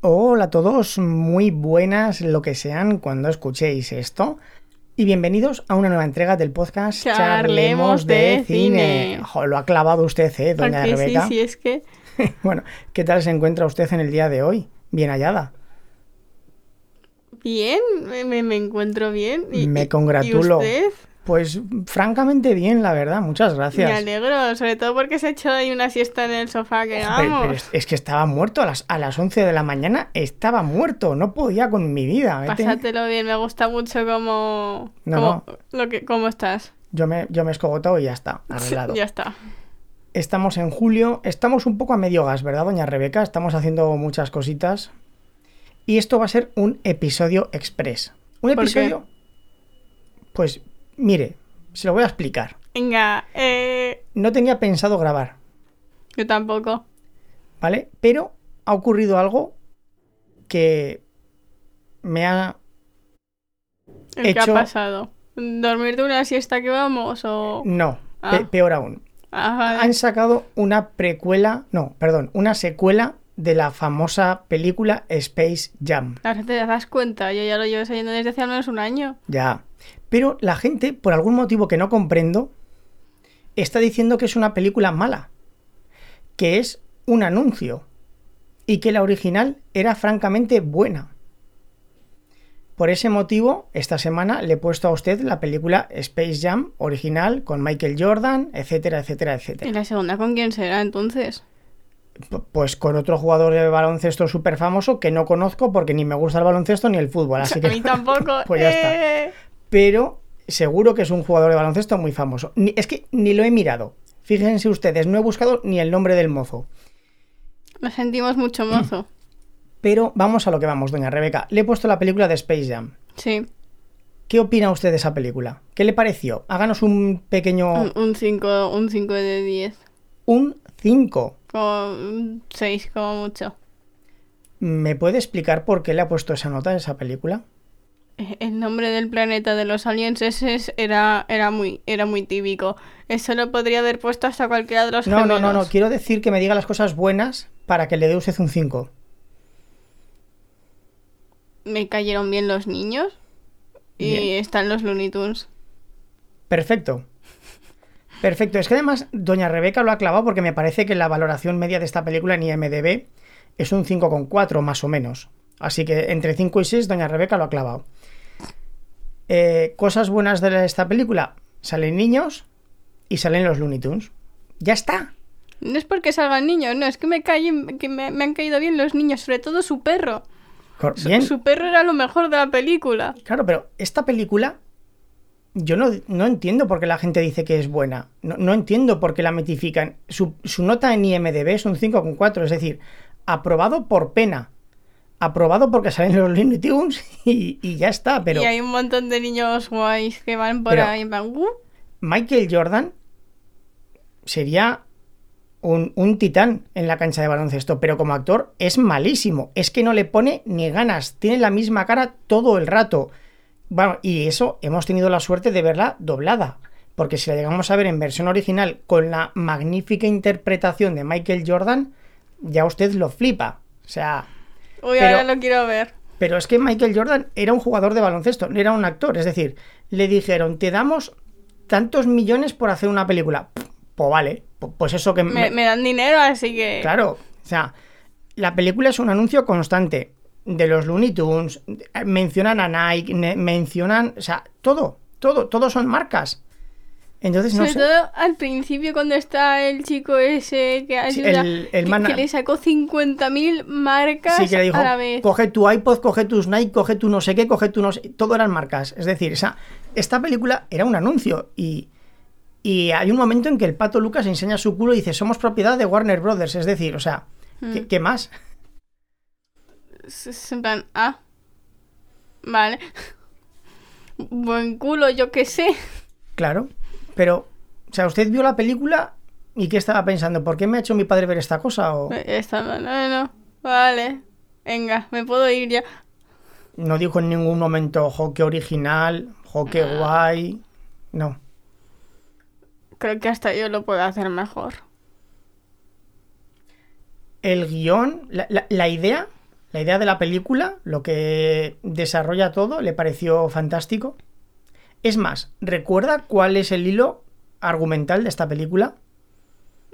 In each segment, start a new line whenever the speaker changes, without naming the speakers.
Hola a todos, muy buenas lo que sean cuando escuchéis esto. Y bienvenidos a una nueva entrega del podcast
Charlemos de Cine.
Jo, lo ha clavado usted, ¿eh, doña
Porque sí,
Rebeca?
sí, es que
bueno, ¿qué tal se encuentra usted en el día de hoy? Bien hallada.
bien, me, me- me encuentro bien. Y,
Me
y-
congratulo.
¿Y usted?
Pues francamente bien, la verdad, muchas
Me
gracias.
alegro, sobre todo porque se ha hecho ahí una siesta en el sofá que
Pero- este pero
vamos.
es- es que estaba muerto a las, a las 11 de la mañana, estaba muerto, no podía con mi vida. He teni-
Pásatelo bien, me gusta mucho cómo,
No,
cómo- Lo que, cómo estás.
Yo me, yo me he escogotado y ya está, arreglado.
Ya está.
Estamos en julio, estamos un poco a medio gas, ¿verdad, doña Rebeca? Estamos haciendo muchas cositas. Y esto va a ser un episodio express. Un
¿Por qué?
episodio... Pues mire, se lo voy a explicar.
Venga, eh,
No tenía pensado grabar,
yo tampoco.
¿vale? Pero ha ocurrido algo que me ha...
El que ha
Hecho-
pasado. ¿Dormirte una siesta que vamos o...?
No, pe-
Ah.
peor aún.
Ah, vale.
Mm. Han sacado una precuela, no, perdón, una secuela de la famosa película Space Jam.
La gente te das cuenta, yo ya lo llevo sabiendo desde hace al menos un año.
Ya. Pero la gente, por algún motivo que no comprendo, está diciendo que es una película mala, que es un anuncio y que la original era francamente buena. Por ese motivo, esta semana le he puesto a usted la película Space Jam original con Michael Jordan, etcétera, etcétera, etcétera.
¿Y la segunda con quién será entonces?
P- Pues con otro jugador de baloncesto súper famoso que no conozco porque ni me gusta el baloncesto ni el fútbol. Así que...
A mí tampoco.
Pues ya está.
eh.
pero seguro que es un jugador de baloncesto muy famoso. Ni- es que ni lo he mirado. Fíjense ustedes, no he buscado ni el nombre del mozo.
Lo sentimos mucho, mozo.
Pero vamos a lo que vamos, doña Rebeca. Le he puesto la película de Space Jam.
Sí.
¿Qué opina usted de esa película? ¿Qué le pareció? Háganos un pequeño...
Un 5 un cinco de 10.
Un 5.
Como un 6, como mucho.
¿Me puede explicar por qué le ha puesto esa nota a esa película?
Eh, El nombre del planeta de los aliens ese es- era, era, muy, era muy típico. Eso lo podría haber puesto hasta cualquiera de los
No, no, no, no.
gemelos.
Quiero decir que me diga las cosas buenas para que le dé usted un 5.
Me cayeron bien los niños. Y
Bien.
están los Looney Tunes.
Perfecto. Perfecto. Es que además, doña Rebeca lo ha clavado porque me parece que la valoración media de esta película en IMDB es un 5,4 más o menos. Así que entre 5 y 6, doña Rebeca lo ha clavado. Eh, Cosas buenas de la- esta película. Salen niños y salen los Looney Tunes. Ya está.
No es porque salgan niños, no, es que me, caen, que me, me han caído bien los niños, sobre todo su perro.
Cor-
Su-
Bien.
Su perro era lo mejor de la película.
Claro, pero esta película yo no, no entiendo por qué la gente dice que es buena. No, no entiendo por qué la mitifican. Su, su nota en IMDB es un 5,4, es decir, aprobado por pena. Aprobado porque salen los Looney Tunes y, y ya está. Pero
Y hay un montón de niños guays que van por
Pero-
ahí en plan, "Uh".
Michael Jordan sería un, un titán en la cancha de baloncesto, pero como actor es malísimo. Es que no le pone ni ganas. Tiene la misma cara todo el rato. Bueno, y eso hemos tenido la suerte de verla doblada. Porque si la llegamos a ver en versión original con la magnífica interpretación de Michael Jordan, ya usted lo flipa. O sea,
Uy,
Pero-
ahora lo quiero ver.
pero es que Michael Jordan era un jugador de baloncesto, no era un actor. Es decir, le dijeron, te damos tantos millones por hacer una película. Pff, Pues vale, pu- pues eso que...
Me,
me-
me dan dinero, así que...
Claro, o sea, la película es un anuncio constante de los Looney Tunes, de- mencionan a Nike, ne- mencionan... O sea, todo, todo, todo son marcas. Entonces, no
Sobre
sé...
todo al principio cuando está el chico ese que
Sí,
ayuda,
el- el
que-
mana-
que, le sacó 50.000 marcas
Sí, que le dijo,
a la vez.
coge tu iPod, coge tus Nike, coge tu no sé qué, coge tu no sé... Todo eran marcas. Es decir, esa, esta película era un anuncio y, y hay un momento en que el pato Lucas enseña su culo y dice, somos propiedad de Warner Brothers. Es decir, o sea, ¿qué,
Mm.
qué más?
Es- es en plan, ah, vale. Buen culo, yo qué sé.
Claro. Pero, o sea, usted vio la película y ¿qué estaba pensando? ¿Por qué me ha hecho mi padre ver esta cosa? O
Está mal, bueno, vale. Venga, me puedo ir ya.
no dijo en ningún momento, jo, qué original, jo, qué
Ah.
guay. No.
Creo que hasta yo lo puedo hacer mejor.
el guión, la, la- la idea, La idea de la película, lo que desarrolla todo, le pareció fantástico. Es más, ¿recuerda cuál es el hilo argumental de esta película?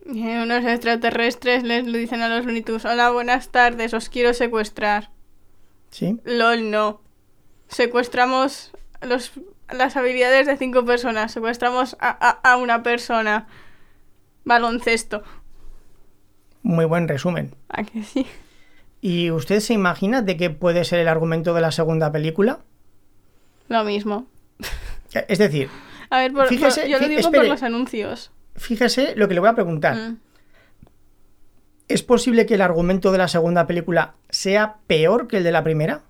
Eh, unos extraterrestres les le dicen a los Looney Tunes, hola, buenas tardes, os quiero secuestrar.
Sí.
LOL, no. Secuestramos los, las habilidades de cinco personas, secuestramos a, a- a una persona. Baloncesto.
Muy buen resumen.
¿A que sí?
¿Y usted se imagina de qué puede ser el argumento de la segunda película?
Lo mismo.
Es decir,
A ver, por- por-
Fíjese,
yo lo
fí-
digo por
espere. Ah.
los anuncios.
fíjese lo que le voy a preguntar.
Mm.
¿Es posible que el argumento de la segunda película sea peor que el de la primera?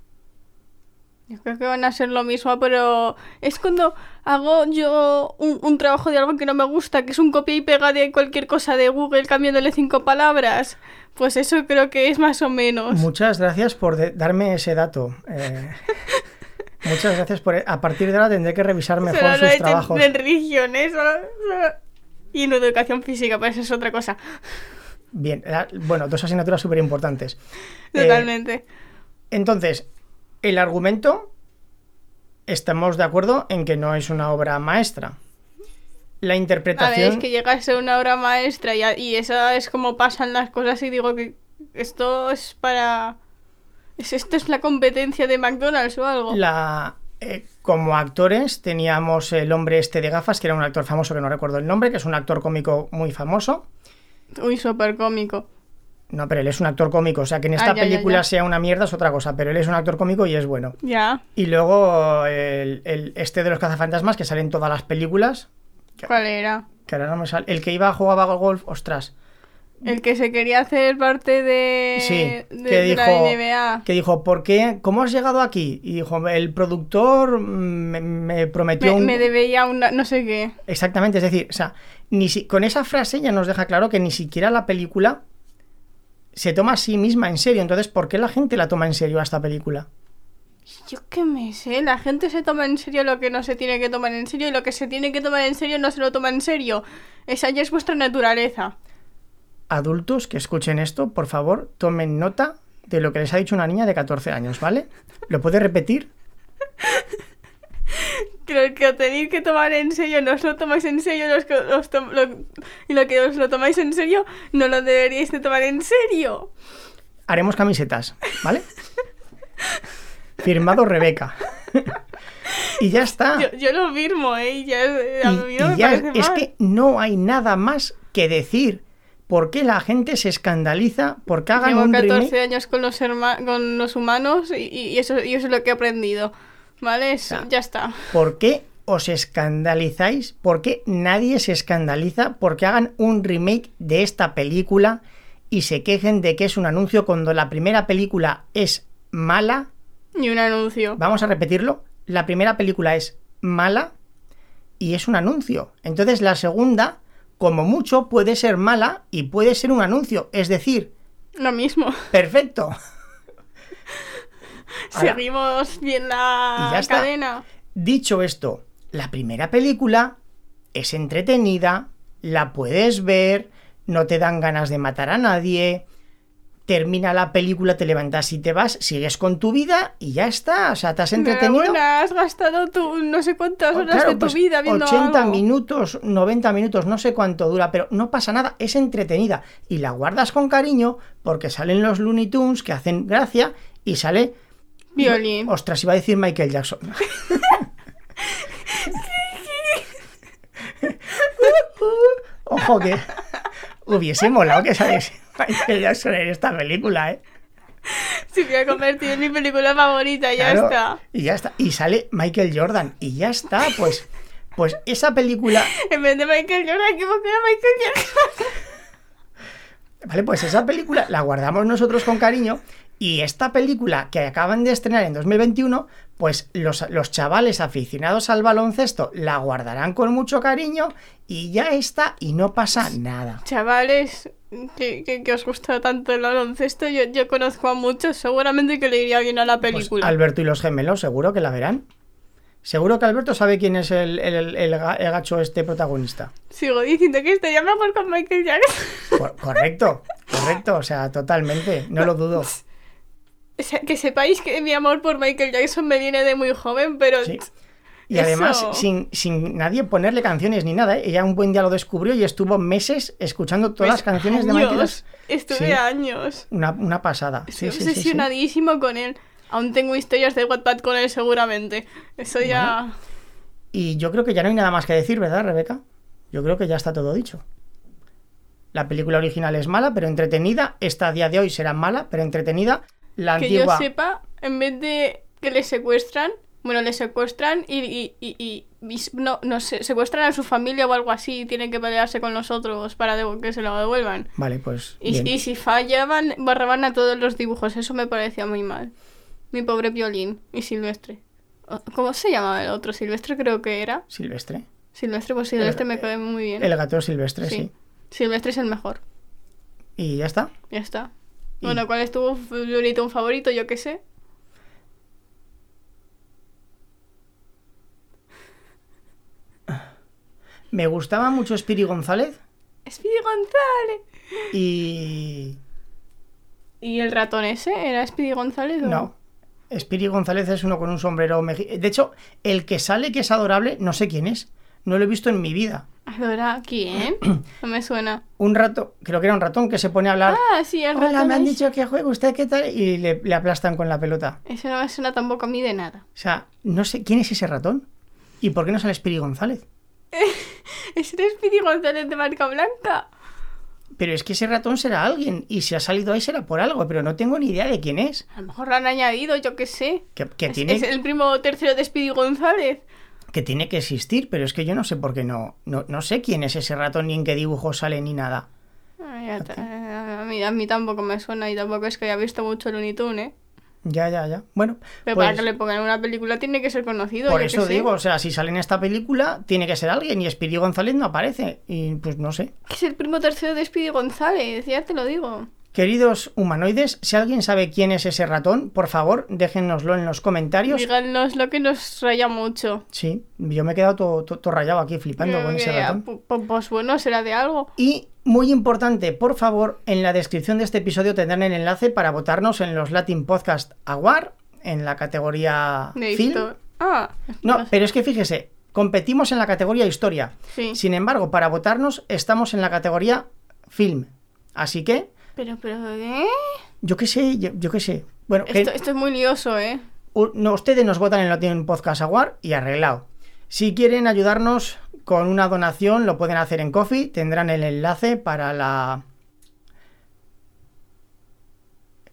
Yo creo que van a ser lo mismo, pero es cuando hago yo un, un trabajo de algo que no me gusta, que es un copia y pega de cualquier cosa de Google cambiándole cinco palabras. Pues eso creo que es más o menos.
Muchas gracias por de- darme ese dato. eh, muchas gracias por... A partir de ahora tendré que revisar mejor
Solo lo
sus
he hecho
trabajos.
en, en religión, ¿eh? Solo- solo- Y en educación física, pero eso es otra cosa.
Bien, la- bueno, dos asignaturas súper importantes. Eh,
Totalmente.
Entonces, el argumento, estamos de acuerdo en que no es una obra maestra. La
a ver,
interpretación...
es que llega a ser una obra maestra y, a- y esa es como pasan las cosas y digo que esto es para... es- Esto es la competencia de McDonald's o algo.
La, eh, como actores teníamos el hombre este de gafas, que era un actor famoso que no recuerdo el nombre, que es un actor cómico muy famoso.
Uy, súper cómico.
No, pero él es un actor cómico, o sea que en
Ah,
esta
ya, ya,
película
ya.
sea una mierda es otra cosa, pero él es un actor cómico y es bueno.
Ya.
Y luego el, el- este de los cazafantasmas que sale en todas las películas,
¿Cuál era?
que ahora no me sale. El que iba a jugar al golf, ostras,
El que se quería hacer parte de,
Sí,
de-
que
de la
dijo-
NBA.
que dijo, ¿por qué? ¿Cómo has llegado aquí? Y dijo, el productor mm, me, me prometió
Me,
un...
me debía una... no sé qué.
Exactamente, es decir, o sea, ni si- con esa frase ya nos deja claro que ni siquiera la película se toma a sí misma en serio. Entonces, ¿por qué la gente la toma en serio a esta película?
Yo qué me sé, la gente se toma en serio lo que no se tiene que tomar en serio y lo que se tiene que tomar en serio no se lo toma en serio. Esa ya es vuestra naturaleza.
Adultos que escuchen esto, por favor, tomen nota de lo que les ha dicho una niña de 14 años, ¿vale? ¿Lo puede repetir?
Que lo que tenéis que tomar en serio no os lo tomáis en serio los que os tom- lo- y lo que os lo tomáis en serio no lo deberíais de tomar en serio.
Haremos camisetas, ¿vale? Firmado Rebeca. y ya está.
Yo, yo lo firmo, ¿eh? Ah. Y
Y-
ya, eh, a mí no
y
me
ya,
parece
es
mal.
que no hay nada más que decir. ¿Por qué la gente se escandaliza? ¿Por qué hagan
Llevo
un
14
remake?
años con los, herma- con los humanos y, y eso, y eso es lo que he aprendido. ¿Vale? Es-
Ya.
ya está.
¿Por qué os escandalizáis? ¿Por qué nadie se escandaliza porque hagan un remake de esta película y se quejen de que es un anuncio cuando la primera película es mala?
Y un anuncio.
Vamos a repetirlo. La primera película es mala y es un anuncio. Entonces la segunda, como mucho, puede ser mala y puede ser un anuncio. Es decir,
Lo mismo.
perfecto. Ahora,
Seguimos bien
Y ya
la
está.
cadena.
Dicho esto, la primera película es entretenida, la puedes ver, no te dan ganas de matar a nadie, termina la película, te levantas y te vas, sigues con tu vida y ya está, o sea, te has entretenido.
Enhorabuena, has gastado tu, no sé cuántas
Oh,
horas
claro,
de tu
pues,
vida viendo
80
algo.
minutos, 90 minutos, no sé cuánto dura, pero no pasa nada, es entretenida y la guardas con cariño porque salen los Looney Tunes que hacen gracia y sale,
Violín.
ostras, iba a decir Michael Jackson. Ojo que hubiese molado que saliese Michael Jackson en esta película, ¿eh?
Se me ha convertido en mi película favorita, ya
Claro,
está.
Y ya está. Y sale Michael Jordan. Y ya está, pues. Pues esa película.
En vez de Michael Jordan, que poner a Michael Jordan.
Vale, pues esa película la guardamos nosotros con cariño. Y esta película que acaban de estrenar en 2021, pues los, los chavales aficionados al baloncesto la guardarán con mucho cariño y ya está, y no pasa nada.
Chavales, que, que- que os gusta tanto el baloncesto, yo, yo conozco a muchos, seguramente que le iría bien a la
Pues
película.
Alberto y los gemelos, seguro que la verán. Seguro que Alberto sabe quién es el, el- el ga- el gacho este protagonista.
Sigo diciendo que estaría mejor con Michael Jordan.
Cor- correcto, correcto, o sea, totalmente, no lo dudo.
se- que sepáis que mi amor por Michael Jackson me viene de muy joven, pero
Sí.
tsk,
Y además,
Eso.
sin, sin nadie ponerle canciones ni nada, ¿eh? ella un buen día lo descubrió y estuvo meses escuchando todas las
pues,
canciones de
años,
Michael Jackson.
Estuve
Sí.
años.
Una, una pasada. Sí,
Estoy
sí, sí, sí.
obsesionadísimo con él. Aún tengo historias de Wattpad con él seguramente. Eso ya...
Y yo creo que ya no hay nada más que decir, ¿verdad, Rebeca? Yo creo que ya está todo dicho. La película original es mala, pero entretenida. Esta a día de hoy será mala, pero entretenida. La
que
antigua.
yo sepa, en vez de que le secuestran, bueno, le secuestran y, y, y- y- y s- no, no sé, secuestran a su familia o algo así y tienen que pelearse con los otros para devo- que se lo devuelvan.
Vale, pues.
Y,
bien.
y si fallaban, barraban a todos los dibujos. Eso me parecía muy mal. Mi pobre violín y Silvestre. O- ¿Cómo se llamaba el otro? Silvestre creo que era.
Silvestre.
Silvestre, pues Silvestre me cae muy bien.
El gato silvestre, sí.
Sí. Silvestre es el mejor.
Y ya está.
Ya está.
Y-
Bueno, ¿cuál es tu favorito, un favorito? Yo qué sé.
Me gustaba mucho Spiri González
Speedy González.
y.
¿Y el ratón ese? ¿Era Speedy González? o-
No. Spiri González es uno con un sombrero. meji- De hecho, el que sale, que es adorable, no sé quién es. No lo he visto en mi vida.
Adora, ¿quién? No me suena.
Un rato, creo que era un ratón que se pone a hablar.
Ah, sí, el
Hola,
ratón
me han
ese.
dicho que juega usted, ¿qué tal? Y le, le aplastan con la pelota.
Eso no me suena tampoco a mí de nada.
O sea, no sé quién es ese ratón. ¿Y por qué no sale Spiri González?
¿Es el Speedy González de marca blanca?
Pero es que ese ratón será alguien. Y si ha salido ahí será por algo, pero no tengo ni idea de quién es.
A lo mejor lo han añadido, yo qué sé.
Que, que
Es,
tiene,
es el primo tercero de Speedy González.
que tiene que existir, pero es que yo no sé por qué no, no. No sé quién es ese ratón, ni en qué dibujo sale, ni nada. Ah,
Ay, ya ta- a, mí, a mí tampoco me suena y tampoco es que haya visto mucho Looney Tunes, ¿eh?
Ya, ya, ya. Bueno,
Pero
pues,
para que le pongan una película tiene que ser conocido.
por
yo
eso
qué sé.
digo, o sea, si sale en esta película, tiene que ser alguien. Y Spiri González no aparece. Y pues no sé.
Que es el primo tercero de Speedy González, ya te lo digo.
Queridos humanoides, si alguien sabe quién es ese ratón, por favor, déjennoslo en los comentarios.
Díganos lo que nos raya mucho.
Sí, yo me he quedado todo, todo- todo rayado aquí flipando
Yo
con ese
que,
ratón.
pu- pu- Pues bueno, será de algo.
Y muy importante, por favor, en la descripción de este episodio tendrán el enlace para votarnos en los Latin Podcast Award, en la categoría
De
film.
histo- Ah,
No, pero es que fíjese, competimos en la categoría historia.
sí.
Sin embargo, para votarnos estamos en la categoría film. Así que,
Pero, pero, ¿eh?
yo qué sé, yo, yo qué sé. Bueno, que-
Esto, esto es muy lioso, ¿eh?
u- no, ustedes nos votan en Latin Podcast Award y arreglado. Si quieren ayudarnos con una donación, lo pueden hacer en Coffee. Tendrán el enlace para la.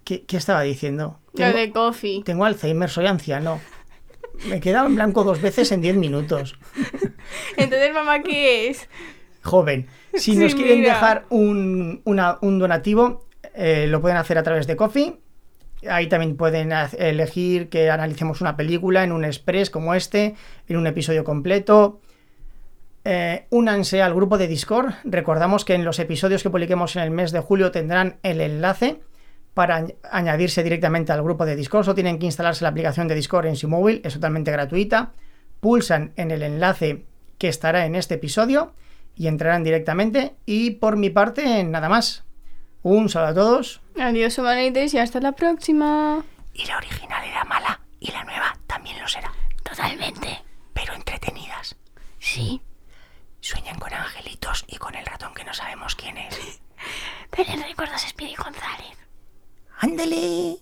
¿Qué, qué estaba diciendo?
Lo
Tengo,
de Coffee.
tengo Alzheimer, soy anciano. Me he quedado en blanco dos veces en 10 minutos.
Entonces, mamá, ¿qué es?
Joven, si
Sí,
nos quieren
mira.
dejar un, una- un donativo, eh, lo pueden hacer a través de Coffee. Ahí también pueden haz- elegir que analicemos una película en un express como este, en un episodio completo. Eh, únanse al grupo de Discord. Recordamos que en los episodios que publiquemos en el mes de julio tendrán el enlace para añ- añadirse directamente al grupo de Discord. Solo tienen que instalarse la aplicación de Discord en su móvil, es totalmente gratuita. Pulsan en el enlace que estará en este episodio y entrarán directamente. Y por mi parte, nada más. Un saludo a todos.
Adiós, humanites, y hasta la próxima.
Y la original era mala y la nueva también lo será. Totalmente. Pero entretenidas.
Sí,
Sueñan con angelitos y con el ratón que no sabemos quién es.
pero recuerdas a Speedy González.
¡Ándale!